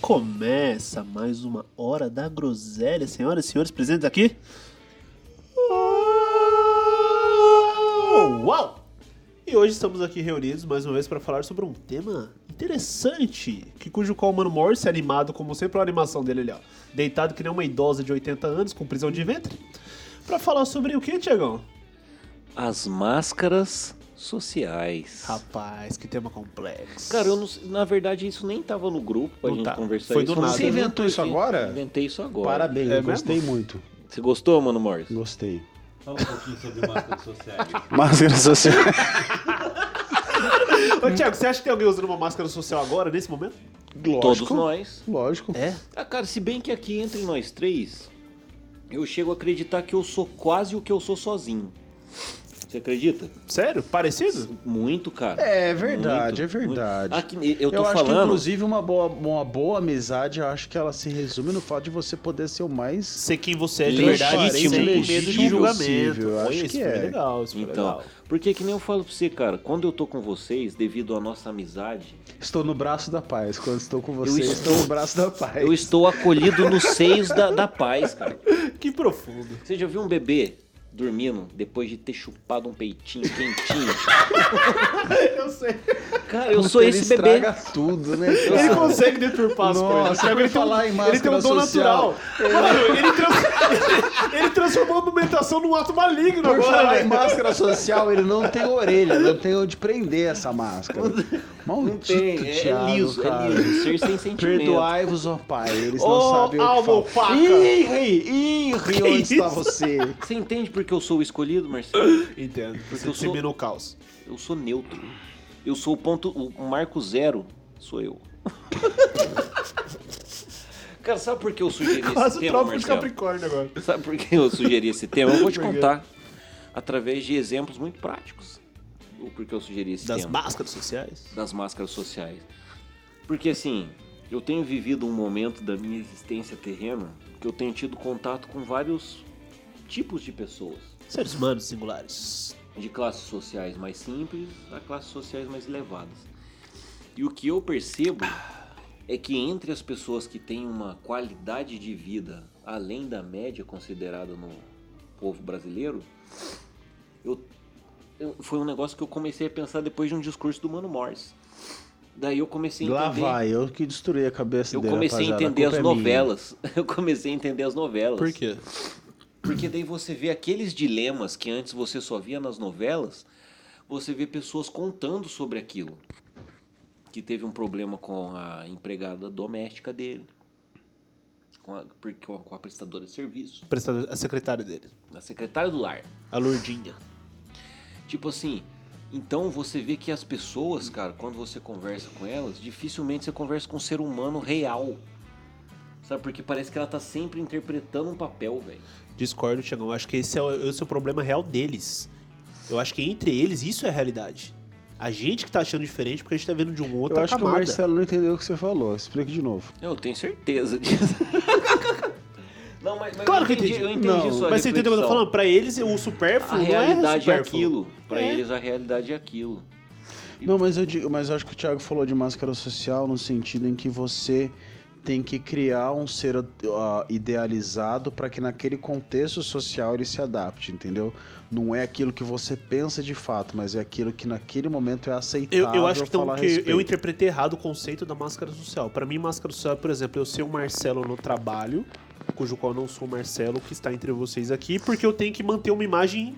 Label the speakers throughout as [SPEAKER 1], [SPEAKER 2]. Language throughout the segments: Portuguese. [SPEAKER 1] Começa mais uma Hora da Groselha, senhoras e senhores presentes aqui. Uau! E hoje estamos aqui reunidos mais uma vez para falar sobre um tema interessante, que cujo qual o Mano Morse, animado como sempre, olha a animação dele ali, ó, deitado que nem uma idosa de 80 anos com prisão de ventre, para falar sobre o que, Tiagão?
[SPEAKER 2] As máscaras sociais.
[SPEAKER 1] Rapaz, que tema complexo.
[SPEAKER 2] Cara, eu não, sei- na verdade isso nem tava no grupo pra
[SPEAKER 1] Não
[SPEAKER 2] gente
[SPEAKER 1] tá.
[SPEAKER 2] conversar
[SPEAKER 1] Foi
[SPEAKER 2] isso.
[SPEAKER 1] do nada.
[SPEAKER 3] Você inventou isso agora?
[SPEAKER 2] Inventei isso agora.
[SPEAKER 3] Parabéns,
[SPEAKER 1] É
[SPEAKER 3] eu gostei
[SPEAKER 1] mesmo?
[SPEAKER 3] muito.
[SPEAKER 2] Você gostou, mano Morris?
[SPEAKER 3] Gostei.
[SPEAKER 4] Fala um pouquinho sobre máscaras sociais.
[SPEAKER 3] Máscara social.
[SPEAKER 1] Ô, Tiago, você acha que tem alguém usando uma máscara social agora, nesse momento?
[SPEAKER 3] Lógico.
[SPEAKER 2] Todos nós.
[SPEAKER 3] Lógico.
[SPEAKER 1] É?
[SPEAKER 2] Ah, cara, se bem que aqui entre nós três, eu chego a acreditar que eu sou quase o que eu sou sozinho. Você acredita?
[SPEAKER 1] Sério? Parecido?
[SPEAKER 2] Muito, cara.
[SPEAKER 3] É verdade, é verdade.
[SPEAKER 2] Aqui, eu tô
[SPEAKER 3] acho que,
[SPEAKER 2] falando.
[SPEAKER 3] inclusive, uma boa, uma boa amizade, eu acho que ela se resume no fato de você poder ser o mais
[SPEAKER 1] Ser quem você é de
[SPEAKER 2] Legítimo.
[SPEAKER 1] verdade, sem medo de
[SPEAKER 2] Legítimo
[SPEAKER 1] julgamento.
[SPEAKER 3] possível,
[SPEAKER 1] Foi
[SPEAKER 3] eu acho
[SPEAKER 1] isso,
[SPEAKER 3] que
[SPEAKER 1] foi
[SPEAKER 3] é.
[SPEAKER 1] legal, isso foi
[SPEAKER 2] Então,
[SPEAKER 1] legal.
[SPEAKER 2] porque que nem eu falo pra você, cara, quando eu tô com vocês, devido à nossa amizade,
[SPEAKER 3] Estou no braço da paz. Quando estou com você,
[SPEAKER 2] estou-
[SPEAKER 3] estou... no braço da paz.
[SPEAKER 2] eu estou acolhido nos seios da, da paz, cara.
[SPEAKER 1] Que profundo.
[SPEAKER 2] Você já viu um bebê dormindo depois de ter chupado um peitinho quentinho?
[SPEAKER 1] Eu sei.
[SPEAKER 2] Cara, eu
[SPEAKER 3] Puta,
[SPEAKER 2] sou
[SPEAKER 3] ele
[SPEAKER 2] esse bebê.
[SPEAKER 3] estraga tudo, né?
[SPEAKER 1] Ele
[SPEAKER 3] cara?
[SPEAKER 1] consegue deturpar as
[SPEAKER 3] Nossa,
[SPEAKER 1] coisas.
[SPEAKER 3] por
[SPEAKER 1] Ele tem,
[SPEAKER 3] falar em
[SPEAKER 1] um, ele
[SPEAKER 3] máscara
[SPEAKER 1] tem um dom
[SPEAKER 3] social.
[SPEAKER 1] natural. Mano, ele, trans- ele transformou a movimentação num ato maligno
[SPEAKER 3] Por
[SPEAKER 1] agora, né?
[SPEAKER 3] falar em
[SPEAKER 1] velho.
[SPEAKER 2] né?
[SPEAKER 3] máscara social, ele não tem orelha, não tem onde prender essa máscara. Maldito
[SPEAKER 2] Não tem, é,
[SPEAKER 3] Thiago,
[SPEAKER 2] é liso,
[SPEAKER 3] cara.
[SPEAKER 2] é liso. Ser sem sentimento.
[SPEAKER 3] Perdoai-vos, ó Pai, eles não
[SPEAKER 1] Ô,
[SPEAKER 3] sabem o que
[SPEAKER 1] alma
[SPEAKER 3] falam.
[SPEAKER 1] opaca!
[SPEAKER 3] Irre, irre, onde
[SPEAKER 1] isso?
[SPEAKER 3] está você?
[SPEAKER 2] Você entende porque eu sou o escolhido, Marcelo?
[SPEAKER 1] Entendo. Você
[SPEAKER 2] eu sou-
[SPEAKER 1] dissemina o caos.
[SPEAKER 2] Eu sou neutro. Eu sou o ponto, o marco zero sou eu. Cara, sabe por que eu sugeri
[SPEAKER 1] Quase
[SPEAKER 2] esse
[SPEAKER 1] o
[SPEAKER 2] tema,
[SPEAKER 1] trópico de
[SPEAKER 2] Marcelo?
[SPEAKER 1] Capricórnio agora.
[SPEAKER 2] Sabe por que eu sugeri esse tema? Eu vou te
[SPEAKER 1] Por quê?
[SPEAKER 2] contar através de exemplos muito práticos. O porquê eu sugeri esse
[SPEAKER 1] Das
[SPEAKER 2] tema.
[SPEAKER 1] máscaras sociais?
[SPEAKER 2] das máscaras sociais. Porque assim, eu tenho vivido um momento da minha existência terrena que eu tenho tido contato com vários tipos de pessoas.
[SPEAKER 1] Seres humanos singulares.
[SPEAKER 2] De classes sociais mais simples a classes sociais mais elevadas. E o que eu percebo é que entre as pessoas que têm uma qualidade de vida além da média considerada no povo brasileiro, eu, eu- foi um negócio que eu comecei a pensar depois de um discurso do Mano Morris. Daí eu comecei a
[SPEAKER 3] Lá
[SPEAKER 2] entender.
[SPEAKER 3] vai, eu que destruí a cabeça
[SPEAKER 2] eu
[SPEAKER 3] dele,
[SPEAKER 2] comecei a
[SPEAKER 3] rapaziada,
[SPEAKER 2] entender
[SPEAKER 3] culpa
[SPEAKER 2] as
[SPEAKER 3] é minha.
[SPEAKER 2] novelas. Eu comecei a entender as novelas.
[SPEAKER 1] Por quê?
[SPEAKER 2] Porque daí você vê aqueles dilemas que antes você só via nas novelas, você vê pessoas contando sobre aquilo. Que teve um problema com a empregada doméstica dele, com a, por- com a- com a prestadora de serviço,
[SPEAKER 1] Prestador, a secretária dele.
[SPEAKER 2] a secretária do lar.
[SPEAKER 1] A Lourdinha.
[SPEAKER 2] Tipo assim, então você vê que as pessoas, cara, quando você conversa com elas, dificilmente você conversa com um ser humano real. Sabe, porque parece que ela tá sempre interpretando um papel, velho.
[SPEAKER 1] Discordo, Tiagão. Eu Acho que esse é, o, esse é o problema real deles. Eu acho que entre eles isso é a realidade. A gente que tá achando diferente porque a gente tá vendo de um outro
[SPEAKER 3] Eu acho que o Marcelo não entendeu o que você falou, explica de novo.
[SPEAKER 2] Eu tenho certeza disso. não, mas, mas
[SPEAKER 1] Claro
[SPEAKER 2] eu
[SPEAKER 1] que
[SPEAKER 2] entendi,
[SPEAKER 1] entendi.
[SPEAKER 2] eu entendi
[SPEAKER 3] Não,
[SPEAKER 2] sua
[SPEAKER 1] Mas você entendeu o que eu tô
[SPEAKER 2] reflexão.
[SPEAKER 1] falando? Pra eles o
[SPEAKER 2] A
[SPEAKER 1] supérfluo não
[SPEAKER 2] realidade é,
[SPEAKER 1] é supérfluo.
[SPEAKER 2] aquilo. Pra
[SPEAKER 1] É.
[SPEAKER 2] eles a realidade é aquilo.
[SPEAKER 3] Não, mas eu, digo, mas eu acho que o Thiago falou de máscara social no sentido em que você tem que criar um ser ah, idealizado para que naquele contexto social ele se adapte, entendeu? Não é aquilo que você pensa de fato, mas é aquilo que naquele momento é aceitável
[SPEAKER 1] Eu, eu acho que, então,
[SPEAKER 3] falar a
[SPEAKER 1] que eu
[SPEAKER 3] respeito.
[SPEAKER 1] interpretei errado o conceito da máscara social. Pra mim, máscara social é, por exemplo, eu ser o Marcelo no trabalho, cujo qual eu não sou o Marcelo que está entre vocês aqui, porque eu tenho que manter uma imagem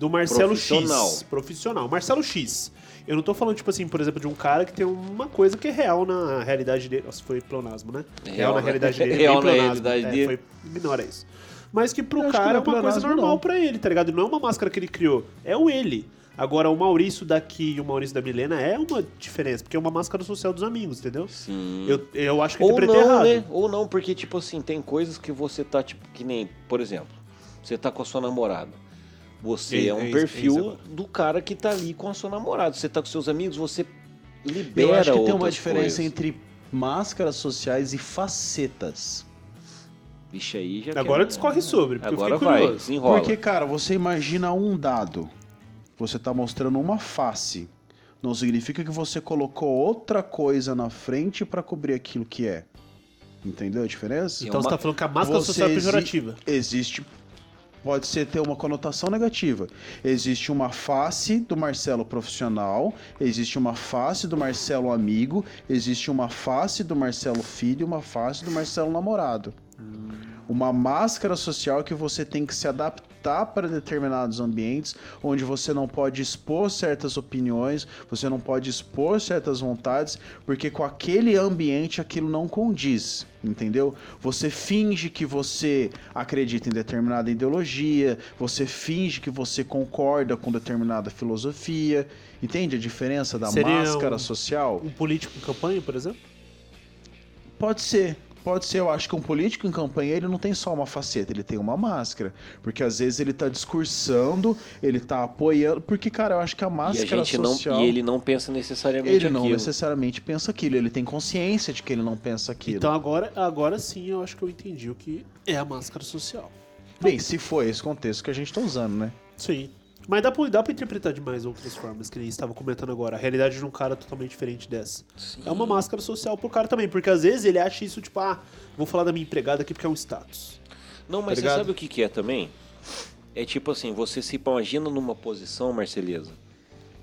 [SPEAKER 1] do Marcelo X.
[SPEAKER 2] Profissional.
[SPEAKER 1] Profissional. Marcelo X. Eu não tô falando, tipo assim, por exemplo, de um cara que tem uma coisa que é real na realidade dele. Nossa, foi plonasmo, né?
[SPEAKER 2] É
[SPEAKER 1] Real na
[SPEAKER 2] real, né?
[SPEAKER 1] realidade dele.
[SPEAKER 2] É
[SPEAKER 1] bem
[SPEAKER 2] real na
[SPEAKER 1] pleonasmo.
[SPEAKER 2] realidade
[SPEAKER 1] É,
[SPEAKER 2] dele.
[SPEAKER 1] Foi, ignora isso. Mas que pro
[SPEAKER 3] Eu acho que
[SPEAKER 1] cara é
[SPEAKER 3] não é
[SPEAKER 1] uma coisa
[SPEAKER 3] pleonasmo,
[SPEAKER 1] normal
[SPEAKER 3] não.
[SPEAKER 1] pra ele, tá ligado? Não é uma máscara que ele criou, é o ele. Agora, o Maurício daqui e o Maurício da Milena é uma diferença, porque é uma máscara social dos amigos, entendeu?
[SPEAKER 2] Sim.
[SPEAKER 1] Eu, eu acho que eu
[SPEAKER 2] Ou
[SPEAKER 1] interpretei
[SPEAKER 2] não,
[SPEAKER 1] errado.
[SPEAKER 2] né? Ou não, porque, tipo assim, tem coisas que você tá, tipo, que nem, por exemplo, você tá com a sua namorada. Você
[SPEAKER 1] É-
[SPEAKER 2] é um
[SPEAKER 1] é isso- é isso
[SPEAKER 2] perfil
[SPEAKER 1] agora.
[SPEAKER 2] do cara que tá ali com a sua namorada. Você tá com seus amigos, você libera
[SPEAKER 3] Eu acho que tem uma
[SPEAKER 2] outras
[SPEAKER 3] diferença
[SPEAKER 2] coisas.
[SPEAKER 3] entre máscaras sociais e facetas.
[SPEAKER 2] Vixe, aí já
[SPEAKER 1] Agora
[SPEAKER 2] quebra,
[SPEAKER 1] discorre
[SPEAKER 2] né?
[SPEAKER 1] sobre, porque eu
[SPEAKER 2] Agora
[SPEAKER 1] fiquei
[SPEAKER 2] vai,
[SPEAKER 1] curioso.
[SPEAKER 2] desenrola.
[SPEAKER 3] Porque, cara, você imagina um dado. Você tá mostrando uma face. Não significa que você colocou outra coisa na frente pra cobrir aquilo que é. Entendeu a diferença?
[SPEAKER 2] Sim, é
[SPEAKER 1] Então você
[SPEAKER 2] uma-
[SPEAKER 1] tá falando que a máscara social é
[SPEAKER 3] Você exi-
[SPEAKER 1] pejorativa.
[SPEAKER 3] Existe. Pode ser ter uma conotação negativa. Existe uma face do Marcelo profissional, existe uma face do Marcelo amigo, existe uma face do Marcelo filho, uma face do Marcelo namorado. Uma máscara social que você tem que se adaptar para determinados ambientes, onde você não pode expor certas opiniões, você não pode expor certas vontades, porque com aquele ambiente aquilo não condiz, entendeu? Você finge que você acredita em determinada ideologia, você finge que você concorda com determinada filosofia. Entende a diferença da
[SPEAKER 1] Seria
[SPEAKER 3] máscara
[SPEAKER 1] um-
[SPEAKER 3] social?
[SPEAKER 1] Um político em campanha, por exemplo?
[SPEAKER 3] Pode ser. Pode ser, eu acho que um político em campanha ele não tem só uma faceta, ele tem uma máscara. Porque às vezes ele tá discursando, ele tá apoiando. Porque, cara, eu acho que a
[SPEAKER 2] E, a
[SPEAKER 3] máscara
[SPEAKER 2] gente não,
[SPEAKER 3] social.
[SPEAKER 2] e ele não pensa necessariamente
[SPEAKER 3] ele não
[SPEAKER 2] aquilo.
[SPEAKER 1] é
[SPEAKER 3] necessariamente pensa aquilo, ele tem consciência de que ele não pensa aquilo.
[SPEAKER 1] Então agora, agora sim eu acho que eu entendi o que é a máscara social.
[SPEAKER 3] Bem, se for esse contexto que a gente tá usando, né?
[SPEAKER 1] Sim. Mas dá pra, dá pra interpretar de mais outras formas, que nem estava comentando agora. A realidade de um cara é totalmente diferente dessa.
[SPEAKER 2] Sim.
[SPEAKER 1] É uma máscara social pro cara também, porque às vezes ele acha isso tipo, ah, vou falar da minha empregada aqui porque é um status.
[SPEAKER 2] Não, mas
[SPEAKER 1] Tá
[SPEAKER 2] você
[SPEAKER 1] ligado?
[SPEAKER 2] sabe o que, que é também? É tipo assim, você se imagina numa posição, Marceleza,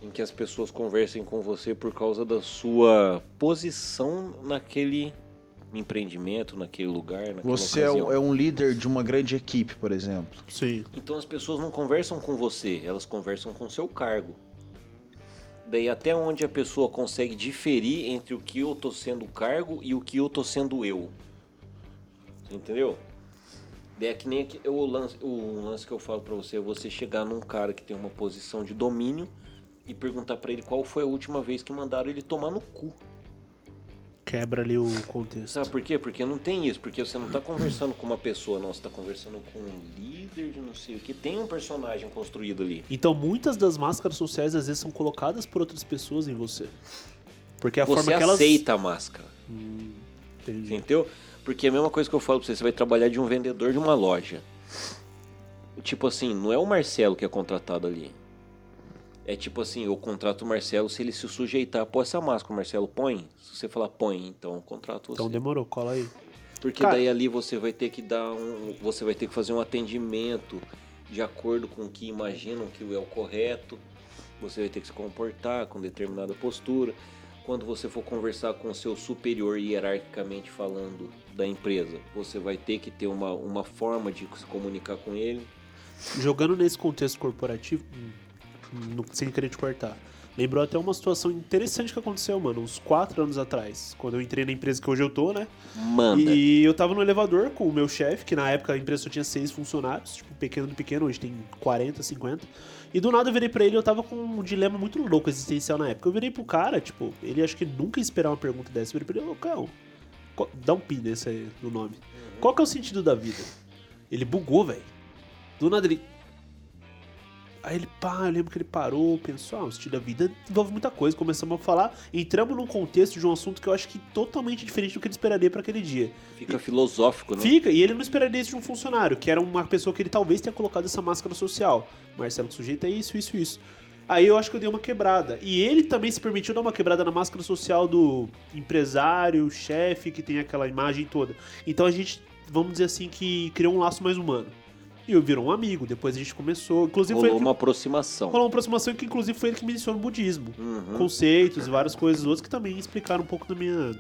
[SPEAKER 2] em que as pessoas conversem com você por causa da sua posição naquele empreendimento, naquele lugar, naquela
[SPEAKER 3] Você é
[SPEAKER 2] ocasião.
[SPEAKER 3] um, é um líder de uma grande equipe, por exemplo.
[SPEAKER 1] Sim.
[SPEAKER 2] Então as pessoas não conversam com você, elas conversam com seu cargo. Daí até onde a pessoa consegue diferir entre o que eu tô sendo o cargo e o que eu tô sendo eu. Entendeu? Daí é que nem aqui- o lance, o lance que eu falo pra você é você chegar num cara que tem uma posição de domínio e perguntar pra ele qual foi a última vez que mandaram ele tomar no cu.
[SPEAKER 1] Quebra ali o contexto.
[SPEAKER 2] Sabe por quê? Porque não tem isso, porque você não tá conversando com uma pessoa, não, você tá conversando com um líder de não sei o que. Tem um personagem construído ali.
[SPEAKER 1] Então muitas das máscaras sociais às vezes são colocadas por outras pessoas em você. Porque é a
[SPEAKER 2] você
[SPEAKER 1] forma que elas.
[SPEAKER 2] aceita a máscara,
[SPEAKER 1] Entendi.
[SPEAKER 2] entendeu? Porque é a mesma coisa que eu falo pra você, você vai trabalhar de um vendedor de uma loja. Tipo assim, não é o Marcelo que é contratado ali. É tipo assim, eu contrato o Marcelo se ele se sujeitar. Pô, essa máscara, o Marcelo põe? Se você falar põe, então eu contrato você.
[SPEAKER 1] Então demorou, cola aí.
[SPEAKER 2] Porque
[SPEAKER 1] Cara-
[SPEAKER 2] daí ali você vai ter que dar um. Você vai ter que fazer um atendimento de acordo com o que imaginam que é o correto. Você vai ter que se comportar com determinada postura. Quando você for conversar com o seu superior hierarquicamente falando da empresa, você vai ter que ter uma, uma forma de se comunicar com ele.
[SPEAKER 1] Jogando nesse contexto corporativo, hum, hum, sem querer te cortar, lembrou até uma situação interessante que aconteceu, mano, uns quatro anos atrás, quando eu entrei na empresa que hoje eu tô, né?
[SPEAKER 2] Manda.
[SPEAKER 1] E eu tava no elevador com o meu chefe, que na época a empresa só tinha seis funcionários, tipo, pequeno do pequeno, hoje tem 40, 50. E do nada eu virei pra ele, eu tava com um dilema muito louco existencial na época. Eu virei pro cara, tipo, ele acho que nunca ia esperar uma pergunta dessa. Eu virei pra ele, ô, Cão, qual- dá um pi nesse aí, no nome. Qual que é o sentido da vida? Ele bugou, velho. Do nada ele. Aí ele, pá, eu lembro que ele parou, pensou, ah, o sentido da vida envolve muita coisa. Começamos a falar, entramos num contexto de um assunto que eu acho que totalmente diferente do que ele esperaria pra aquele dia.
[SPEAKER 2] Fica filosófico, né?
[SPEAKER 1] Fica, e ele não esperaria isso de um funcionário, que era uma pessoa que ele talvez tenha colocado essa máscara social. Marcelo que sujeita é isso, isso, isso. Aí eu acho que eu dei uma quebrada. E ele também se permitiu dar uma quebrada na máscara social do empresário, chefe, que tem aquela imagem toda. Então a gente, vamos dizer assim, que criou um laço mais humano. E eu virou um amigo, depois a gente começou. Inclusive foi
[SPEAKER 2] Rolou
[SPEAKER 1] ele que-
[SPEAKER 2] uma aproximação.
[SPEAKER 1] rolou uma aproximação que inclusive foi ele que me iniciou no budismo
[SPEAKER 2] Uhum.
[SPEAKER 1] conceitos e várias coisas outras que também explicaram um pouco da minha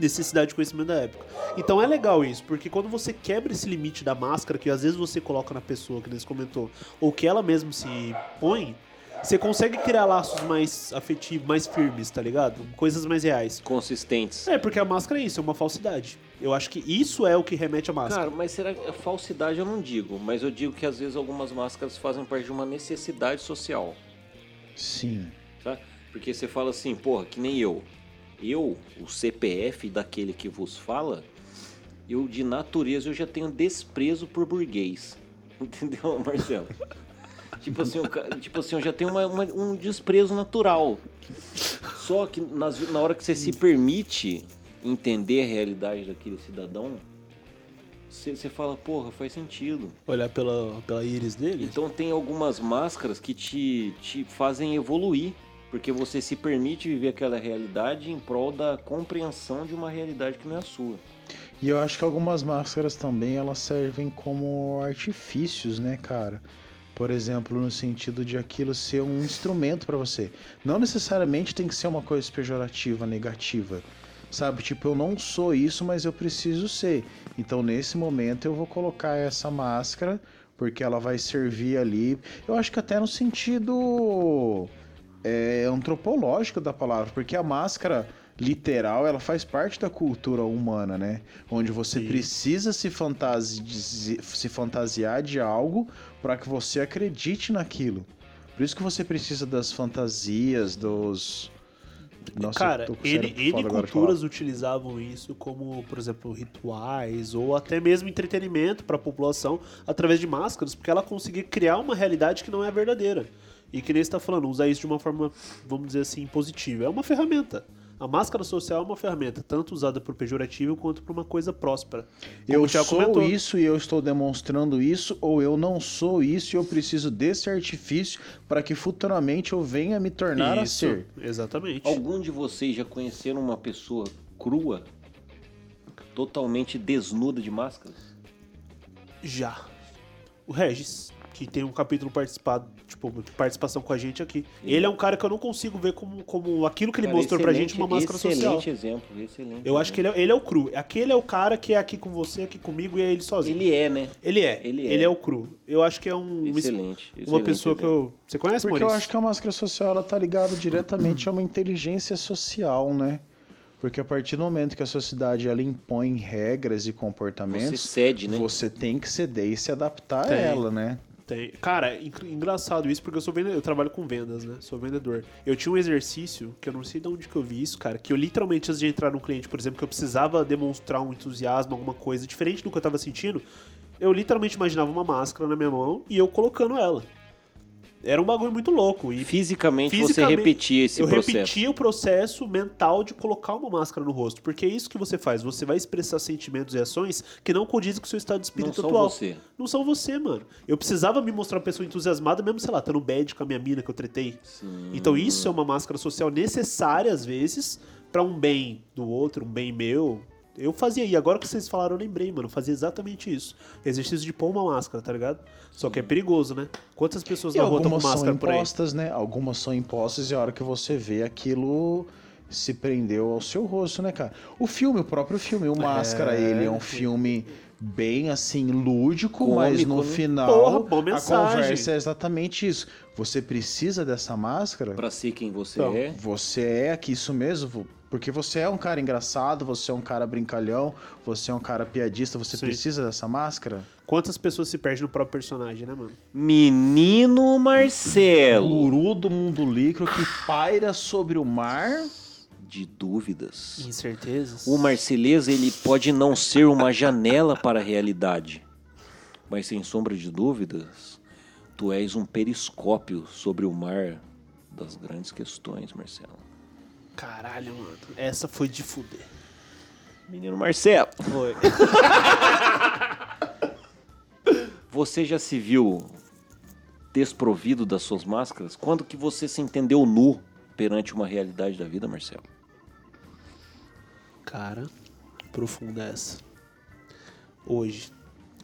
[SPEAKER 1] necessidade de conhecimento da época. Então é legal isso, porque quando você quebra esse limite da máscara que às vezes você coloca na pessoa que eles comentou, ou que ela mesma se põe, você consegue criar laços mais afetivos, mais firmes, tá ligado? Coisas mais reais.
[SPEAKER 2] Consistentes.
[SPEAKER 1] É, porque a máscara é isso, é uma falsidade. Eu acho que isso é o que remete à máscara.
[SPEAKER 2] Cara, mas será que falsidade eu não digo, mas eu digo que às vezes algumas máscaras fazem parte de uma necessidade social,
[SPEAKER 3] Sim.
[SPEAKER 2] tá? Porque você fala assim, porra, que nem eu. Eu, o CPF daquele que vos fala, eu de natureza eu já tenho desprezo por burguês. Entendeu, Marcelo? tipo, assim, eu, ca- tipo assim, eu já tenho uma- uma- um desprezo natural. Só que nas- na hora que você se permite entender a realidade daquele cidadão, você você fala, porra, faz sentido.
[SPEAKER 1] Olhar pela, pela íris dele.
[SPEAKER 2] Então tem algumas máscaras que te, te fazem evoluir. Porque você se permite viver aquela realidade em prol da compreensão de uma realidade que não é a sua.
[SPEAKER 3] E eu acho que algumas máscaras também elas servem como artifícios, né, cara? Por exemplo, no sentido de aquilo ser um instrumento pra você. Não necessariamente tem que ser uma coisa pejorativa, negativa. Sabe, tipo, eu não sou isso, mas eu preciso ser. Então, nesse momento, eu vou colocar essa máscara, porque ela vai servir ali. Eu acho que até no sentido é, antropológico da palavra, porque a máscara literal, ela faz parte da cultura humana, né? Onde você
[SPEAKER 1] Sim.
[SPEAKER 3] precisa se, fantasi se fantasiar de algo para que você acredite naquilo. Por isso que você precisa das fantasias, dos... Nossa,
[SPEAKER 1] Cara,
[SPEAKER 3] eu tô com o
[SPEAKER 1] ele,
[SPEAKER 3] cérebro foda
[SPEAKER 1] ele
[SPEAKER 3] agora de
[SPEAKER 1] culturas utilizavam isso como, por exemplo, rituais ou até mesmo entretenimento para a população através de máscaras, porque ela conseguia criar uma realidade que não é verdadeira. E que nem está falando, usar isso de uma forma, vamos dizer assim, positiva. É uma ferramenta. A máscara social é uma ferramenta, tanto usada por pejorativo quanto por uma coisa próspera. Como
[SPEAKER 3] Eu
[SPEAKER 1] o Thiago
[SPEAKER 3] sou
[SPEAKER 1] comentou.
[SPEAKER 3] isso e eu estou demonstrando isso, ou eu não sou isso e eu preciso desse artifício para que futuramente eu venha me tornar a
[SPEAKER 1] Isso,
[SPEAKER 3] ser.
[SPEAKER 1] Exatamente.
[SPEAKER 2] Algum de vocês já conheceram uma pessoa crua, totalmente desnuda de máscaras?
[SPEAKER 1] Já. O Regis, que tem um capítulo participado, tipo, de participação com a gente aqui. Ele é um cara que eu não consigo ver como, como aquilo que ele
[SPEAKER 2] Cara,
[SPEAKER 1] mostrou pra gente uma
[SPEAKER 2] excelente-
[SPEAKER 1] máscara
[SPEAKER 2] excelente
[SPEAKER 1] social.
[SPEAKER 2] exemplo, excelente.
[SPEAKER 1] Eu acho que ele é, ele é o cru. Aquele é o cara que é aqui com você, aqui comigo e é ele sozinho.
[SPEAKER 2] Ele é, né?
[SPEAKER 1] Ele é.
[SPEAKER 2] ele é.
[SPEAKER 1] Ele é o cru. Eu acho que é um,
[SPEAKER 2] Excelente.
[SPEAKER 1] uma pessoa que
[SPEAKER 2] eu
[SPEAKER 1] eu... Você conhece,
[SPEAKER 3] Porque eu
[SPEAKER 1] Maurício?
[SPEAKER 3] acho que a máscara social ela tá ligada diretamente a uma inteligência social, né? Porque a partir do momento que a sociedade ela impõe regras
[SPEAKER 2] Você
[SPEAKER 3] e comportamentos,
[SPEAKER 2] cede, né?
[SPEAKER 3] você tem que ceder e se adaptar
[SPEAKER 1] Tem.
[SPEAKER 3] a ela, né?
[SPEAKER 1] Tem. Cara, en- engraçado isso, porque eu sou vendedor, eu trabalho com vendas, né? Sou vendedor. Eu tinha um exercício, que eu não sei de onde que eu vi isso, cara, que eu literalmente, antes de entrar num cliente, por exemplo, que eu precisava demonstrar um entusiasmo, alguma coisa diferente do que eu tava sentindo, eu literalmente imaginava uma máscara na minha mão e eu colocando ela. Era um bagulho muito louco. E
[SPEAKER 2] Fisicamente, você
[SPEAKER 1] Fisicamente,
[SPEAKER 2] repetia esse
[SPEAKER 1] eu
[SPEAKER 2] processo.
[SPEAKER 1] repetia o processo mental de colocar uma máscara no rosto, porque é isso que você faz. Você vai expressar sentimentos e ações que não condizem com o seu estado de
[SPEAKER 2] Não
[SPEAKER 1] espírito
[SPEAKER 2] só
[SPEAKER 1] atual
[SPEAKER 2] você.
[SPEAKER 1] não são você, mano. Eu precisava me mostrar uma pessoa entusiasmada, mesmo, sei lá, tá no bad com a minha mina que eu tretei. Então isso é uma máscara social necessária, às vezes, pra um bem do outro, um bem meu. Eu fazia, e agora que vocês falaram, eu lembrei, mano. Eu fazia exatamente isso. Exercício de pôr uma máscara, tá ligado? Só que é perigoso, né? Quantas pessoas
[SPEAKER 3] E
[SPEAKER 1] na rua estão com
[SPEAKER 3] algumas são
[SPEAKER 1] máscara por aí?
[SPEAKER 3] impostas, né? Algumas são impostas e a hora que você vê aquilo se prendeu ao seu rosto, né, cara? O filme, o próprio filme, o Máscara, ele é um filme bem assim lúdico, mas no
[SPEAKER 2] Cômico, né?
[SPEAKER 1] Porra,
[SPEAKER 3] final
[SPEAKER 1] boa
[SPEAKER 3] a
[SPEAKER 1] mensagem.
[SPEAKER 3] conversa é exatamente isso. Você precisa dessa máscara?
[SPEAKER 2] Pra ser quem você
[SPEAKER 1] Então,
[SPEAKER 2] é.
[SPEAKER 3] Você é aqui isso mesmo, porque você é um cara engraçado, você é um cara brincalhão, você é um cara piadista, você
[SPEAKER 1] Sim.
[SPEAKER 3] precisa dessa máscara?
[SPEAKER 1] Quantas pessoas se perdem no próprio personagem, né, mano?
[SPEAKER 2] Menino
[SPEAKER 1] É,
[SPEAKER 2] Marcelo.
[SPEAKER 3] Guru do mundo líquido que paira sobre o mar.
[SPEAKER 2] De dúvidas.
[SPEAKER 1] Incertezas.
[SPEAKER 2] O Marceleza, ele pode não ser uma janela para a realidade. Mas sem sombra de dúvidas, tu és um periscópio sobre o mar das grandes questões, Marcelo.
[SPEAKER 1] Caralho, mano. Essa foi de fuder.
[SPEAKER 2] Menino Marcelo.
[SPEAKER 1] Foi.
[SPEAKER 2] Você já se viu desprovido das suas máscaras? Quando que você se entendeu nu perante uma realidade da vida, Marcelo?
[SPEAKER 1] Cara, profunda essa. Hoje,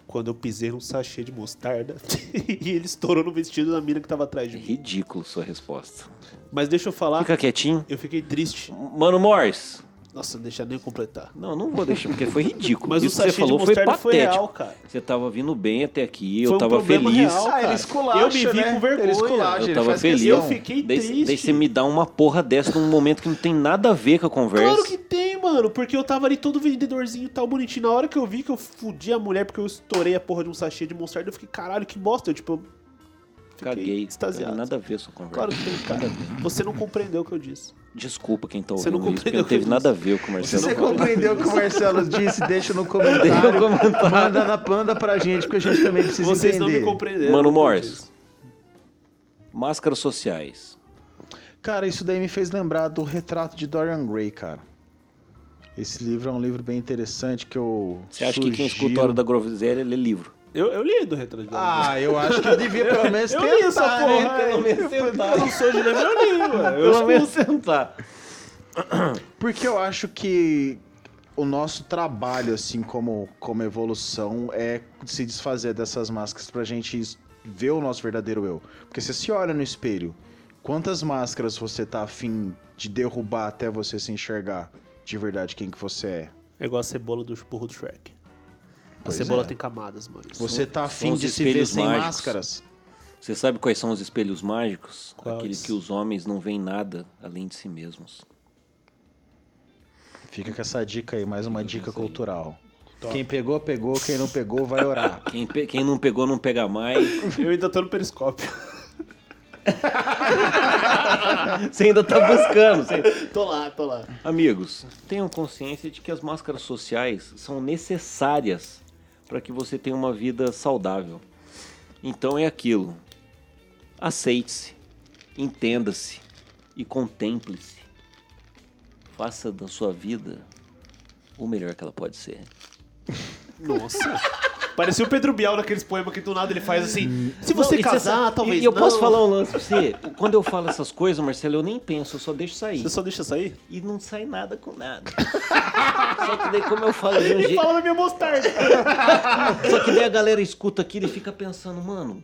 [SPEAKER 1] quando eu pisei num sachê de mostarda e ele estourou no vestido da mina que tava atrás
[SPEAKER 2] É
[SPEAKER 1] de mim.
[SPEAKER 2] ridículo sua resposta.
[SPEAKER 1] Mas deixa eu falar,
[SPEAKER 2] Fica quietinho.
[SPEAKER 1] eu fiquei triste.
[SPEAKER 2] Mano Morris.
[SPEAKER 1] Nossa, não deixa nem eu completar.
[SPEAKER 2] Não, não vou deixar, porque foi ridículo.
[SPEAKER 1] Mas
[SPEAKER 2] Isso
[SPEAKER 1] o
[SPEAKER 2] que você
[SPEAKER 1] sachê de
[SPEAKER 2] falou foi
[SPEAKER 1] mostarda
[SPEAKER 2] patético.
[SPEAKER 1] foi real, cara.
[SPEAKER 2] Você tava vindo bem até aqui,
[SPEAKER 1] Foi
[SPEAKER 2] eu
[SPEAKER 1] um
[SPEAKER 2] tava
[SPEAKER 1] problema
[SPEAKER 2] feliz.
[SPEAKER 1] real, cara. eu me vi com vergonha.
[SPEAKER 2] Eu tava feliz.
[SPEAKER 1] questão. Eu fiquei
[SPEAKER 2] daí,
[SPEAKER 1] triste.
[SPEAKER 2] Daí você me dá uma porra dessa num momento que não tem nada a ver com a conversa.
[SPEAKER 1] Claro que tem, mano, porque eu tava ali todo vendedorzinho e tal, bonitinho. Na hora que eu vi que eu fudi a mulher porque eu estourei a porra de um sachê de mostarda, eu fiquei, caralho, que bosta. Eu, tipo, eu fiquei
[SPEAKER 2] Caguei.
[SPEAKER 1] extasiado.
[SPEAKER 2] Nada a ver sua conversa.
[SPEAKER 1] Claro que tem, cara. Você não compreendeu o que eu disse.
[SPEAKER 2] Desculpa quem tá
[SPEAKER 1] Você não
[SPEAKER 2] ouvindo isso, porque
[SPEAKER 1] compreendeu
[SPEAKER 2] não teve
[SPEAKER 1] o que eu
[SPEAKER 2] nada a ver com o Marcelo.
[SPEAKER 3] Você
[SPEAKER 2] falou.
[SPEAKER 3] compreendeu o que o Marcelo disse? Deixa no
[SPEAKER 2] Deixa no
[SPEAKER 3] comentário.
[SPEAKER 2] comentário.
[SPEAKER 3] Manda na panda pra gente, porque a gente também precisa
[SPEAKER 1] Vocês
[SPEAKER 3] entender.
[SPEAKER 1] não me compreenderam.
[SPEAKER 2] Mano
[SPEAKER 1] o que eu
[SPEAKER 2] Morris.
[SPEAKER 1] disse.
[SPEAKER 2] Máscaras sociais.
[SPEAKER 3] Cara, isso daí me fez lembrar do retrato de Dorian Gray, cara. Esse livro é um livro bem interessante que eu.
[SPEAKER 2] Você acha que quem
[SPEAKER 3] sugiro-
[SPEAKER 2] escuta a Hora da Groselha lê livro?
[SPEAKER 5] Eu, eu li do Retra de Valentine's
[SPEAKER 3] Ah, eu acho que eu devia pelo menos
[SPEAKER 5] eu
[SPEAKER 3] tentar,
[SPEAKER 5] li essa
[SPEAKER 3] né?
[SPEAKER 5] porra.
[SPEAKER 2] Pelo menos sentar.
[SPEAKER 5] Eu não sou de ler, mas eu li, ué. Eu
[SPEAKER 2] Pelo
[SPEAKER 1] um
[SPEAKER 2] menos
[SPEAKER 5] escuto.
[SPEAKER 2] sentar.
[SPEAKER 3] Porque eu acho que o nosso trabalho, assim, como, como evolução, é se desfazer dessas máscaras pra gente es- ver o nosso verdadeiro eu. Porque você se olha no espelho, quantas máscaras você tá afim de derrubar até você se enxergar de verdade quem que você é?
[SPEAKER 1] É igual a cebola do burro do Shrek.
[SPEAKER 3] Pois
[SPEAKER 1] a cebola
[SPEAKER 3] é.
[SPEAKER 1] tem camadas, mano.
[SPEAKER 3] Você tá afim
[SPEAKER 2] são os
[SPEAKER 3] de se ver
[SPEAKER 2] espelhos
[SPEAKER 3] sem
[SPEAKER 2] mágicos.
[SPEAKER 3] máscaras?
[SPEAKER 2] Você sabe quais são os espelhos mágicos?
[SPEAKER 1] Quais?
[SPEAKER 2] Aquele que os homens não veem nada além de si mesmos.
[SPEAKER 3] Fica com essa dica aí, mais uma dica cultural. Quem pegou, pegou. Quem não pegou, vai orar.
[SPEAKER 2] Quem, pe- quem não pegou, não pega mais.
[SPEAKER 1] Eu ainda tô no periscópio.
[SPEAKER 2] Você ainda tá buscando. você-
[SPEAKER 1] tô lá, tô lá.
[SPEAKER 2] Amigos, tenham consciência de que as máscaras sociais são necessárias para que você tenha uma vida saudável. Então é aquilo. Aceite-se, entenda-se e contemple-se. Faça da sua vida o melhor que ela pode ser.
[SPEAKER 1] Nossa. Parecia o Pedro Bial naqueles poemas que do nada ele faz assim. Se você
[SPEAKER 2] Não, e
[SPEAKER 1] casar,
[SPEAKER 2] cê sabe-
[SPEAKER 1] talvez
[SPEAKER 2] E eu
[SPEAKER 1] não.
[SPEAKER 2] posso falar um lance pra você? Quando eu falo essas coisas, Marcelo, eu nem penso, eu só deixo sair.
[SPEAKER 1] Você só deixa sair?
[SPEAKER 2] E não sai nada com nada. só que daí, como eu falo de um
[SPEAKER 1] Ele
[SPEAKER 2] jeito.
[SPEAKER 1] fala na minha mostarda.
[SPEAKER 2] Só que daí a galera escuta aquilo e fica pensando, mano,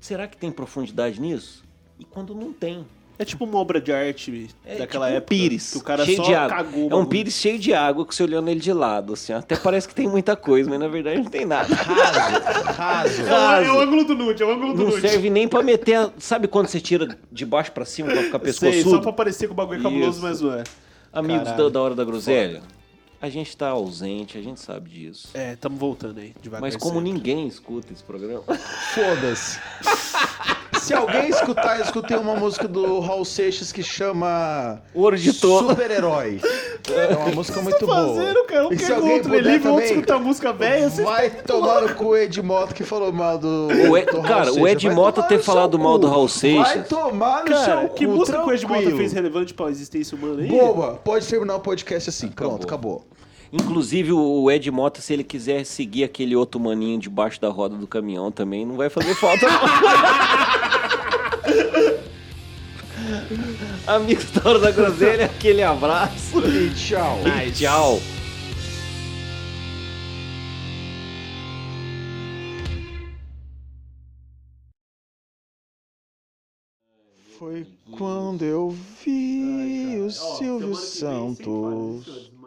[SPEAKER 2] será que tem profundidade nisso? E quando não tem.
[SPEAKER 1] É tipo uma obra de arte
[SPEAKER 2] É
[SPEAKER 1] daquela
[SPEAKER 2] tipo um
[SPEAKER 1] época.
[SPEAKER 2] pires
[SPEAKER 1] Que o cara
[SPEAKER 2] cheio
[SPEAKER 1] só
[SPEAKER 2] de água.
[SPEAKER 1] cagou.
[SPEAKER 2] é um
[SPEAKER 1] bagulho.
[SPEAKER 2] pires cheio de água que você olhando ele de lado, assim. ó. Até parece que tem muita coisa, mas na verdade não tem nada.
[SPEAKER 3] Raso.
[SPEAKER 1] É o- é o ângulo do nude, é o ângulo do
[SPEAKER 2] Não
[SPEAKER 1] nude.
[SPEAKER 2] serve nem pra meter. a- Sabe quando você tira de baixo pra cima pra ficar
[SPEAKER 1] Sei, só pra
[SPEAKER 2] pescoçudo?
[SPEAKER 1] parecer que o bagulho é cabuloso,
[SPEAKER 2] Isso.
[SPEAKER 1] mas não é.
[SPEAKER 2] Amigos da,
[SPEAKER 1] Caralho.
[SPEAKER 2] da hora da groselha, a gente tá ausente, a gente sabe disso.
[SPEAKER 1] É, tamo voltando aí, devagar.
[SPEAKER 2] Mas como
[SPEAKER 1] sempre.
[SPEAKER 2] ninguém escuta esse programa,
[SPEAKER 3] Foda-se. Se alguém escutar, eu escutei uma música do Raul Seixas que chama
[SPEAKER 2] ouro de tolo.
[SPEAKER 3] Super-Herói. É uma música muito boa.
[SPEAKER 1] fazendo, cara? Um
[SPEAKER 3] E se
[SPEAKER 1] pega o
[SPEAKER 3] alguém
[SPEAKER 1] outro
[SPEAKER 3] puder
[SPEAKER 1] livre, o outro
[SPEAKER 3] também,
[SPEAKER 1] escuta a música velha, você
[SPEAKER 3] Vai tomar o cu o Ed Mota que falou mal do.
[SPEAKER 2] O Ed-
[SPEAKER 3] do Raul
[SPEAKER 2] cara, o
[SPEAKER 3] Seixas.
[SPEAKER 2] Ed
[SPEAKER 3] Vai
[SPEAKER 2] Mota
[SPEAKER 3] tomar
[SPEAKER 2] ter
[SPEAKER 3] no seu
[SPEAKER 2] falado
[SPEAKER 3] cu.
[SPEAKER 2] mal do Raul
[SPEAKER 3] Vai
[SPEAKER 2] Seixas.
[SPEAKER 3] tomar no
[SPEAKER 1] Cara,
[SPEAKER 3] seu
[SPEAKER 1] que
[SPEAKER 3] cu,
[SPEAKER 1] música que o Edmota
[SPEAKER 3] tranquilo.
[SPEAKER 1] fez relevante pra existência humana aí?
[SPEAKER 3] Boa, pode terminar o podcast assim. Pronto, acabou.
[SPEAKER 2] Inclusive, o Ed Mota, se ele quiser seguir aquele outro maninho debaixo da roda do caminhão também, não vai fazer falta. não. Amigos da tá Hora da Groselha, aquele abraço.
[SPEAKER 3] E tchau.
[SPEAKER 2] E tchau.
[SPEAKER 3] Foi quando eu vi o
[SPEAKER 4] Semana que
[SPEAKER 3] Silvio
[SPEAKER 4] vem, sem falar
[SPEAKER 3] Santos.
[SPEAKER 4] disso,